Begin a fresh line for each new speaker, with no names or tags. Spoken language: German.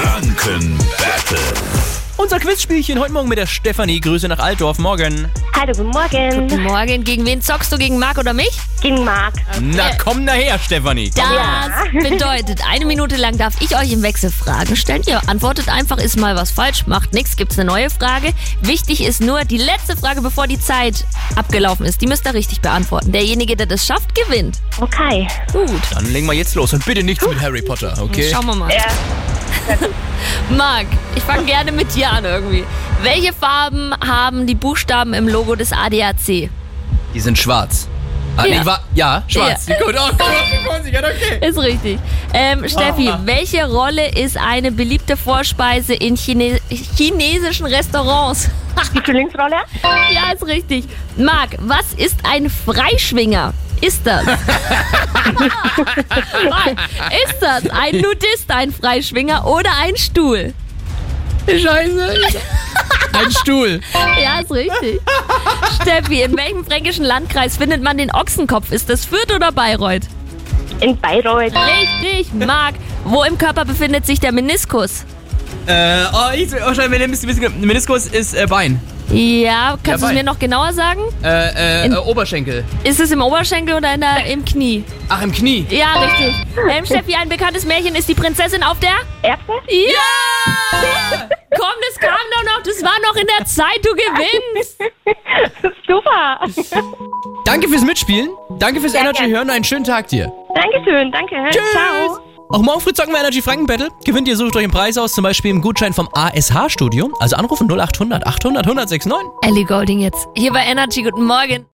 Urban Battle.
Unser Quizspielchen heute Morgen mit der Stefanie. Grüße nach Altdorf. Morgen.
Hallo, guten Morgen.
Morgen, gegen wen zockst du? Gegen Marc oder mich?
Gegen Marc.
Na komm daher, Stefanie.
Das bedeutet, eine Minute lang darf ich euch im Wechsel Fragen stellen. Ihr antwortet einfach, ist mal was falsch, macht nichts, gibt's eine neue Frage. Wichtig ist nur, die letzte Frage, bevor die Zeit abgelaufen ist, die müsst ihr richtig beantworten. Derjenige, der das schafft, gewinnt.
Okay.
Gut,
Dann legen wir jetzt los und bitte nichts mit Harry Potter, okay?
schauen wir mal.
Ja.
Marc, ich fange gerne mit dir an irgendwie. Welche Farben haben die Buchstaben im Logo des ADAC?
Die sind schwarz. Ah,
Ja.
nee, war, ja, schwarz. Gut, oh, komm, die freuen sich, ja, okay.
Ist richtig. Ähm, Steffi, welche Rolle ist eine beliebte Vorspeise in Chine chinesischen Restaurants?
Die Frühlingsrolle?
ja, ist richtig. Marc, was ist ein Freischwinger? Ist das? Marc, ist das ein Nudist, ein Freischwinger oder ein Stuhl?
Scheiße. Ein Stuhl.
Ja, ist richtig. Steffi, in welchem fränkischen Landkreis findet man den Ochsenkopf? Ist das Fürth oder Bayreuth?
In Bayreuth.
Richtig, Marc. Wo im Körper befindet sich der Meniskus?
Äh, oh, ich oh, schau, Menis- Menis- Meniskus ist äh, Bein.
Ja, kannst du es
Jawohl.
mir noch genauer sagen?
Äh, äh, äh, Oberschenkel.
Ist es im Oberschenkel oder in der, im Knie?
Ach, im Knie.
Ja, richtig. Ähm, Steffi, ein bekanntes Märchen ist die Prinzessin auf der?
Erbse?
Ja! Komm, das kam doch noch, das war noch in der Zeit, du gewinnst.
Super.
Danke fürs Mitspielen. Danke fürs Energy
gerne.
hören. Einen schönen Tag dir.
Dankeschön, danke. Ciao.
Auch morgen früh zocken wir Energy Franken Battle. Gewinnt ihr, sucht euch einen Preis aus, zum Beispiel im Gutschein vom ASH-Studio. Also anrufen 0800 800 1069.
Ellie Golding jetzt. Hier bei Energy, guten Morgen.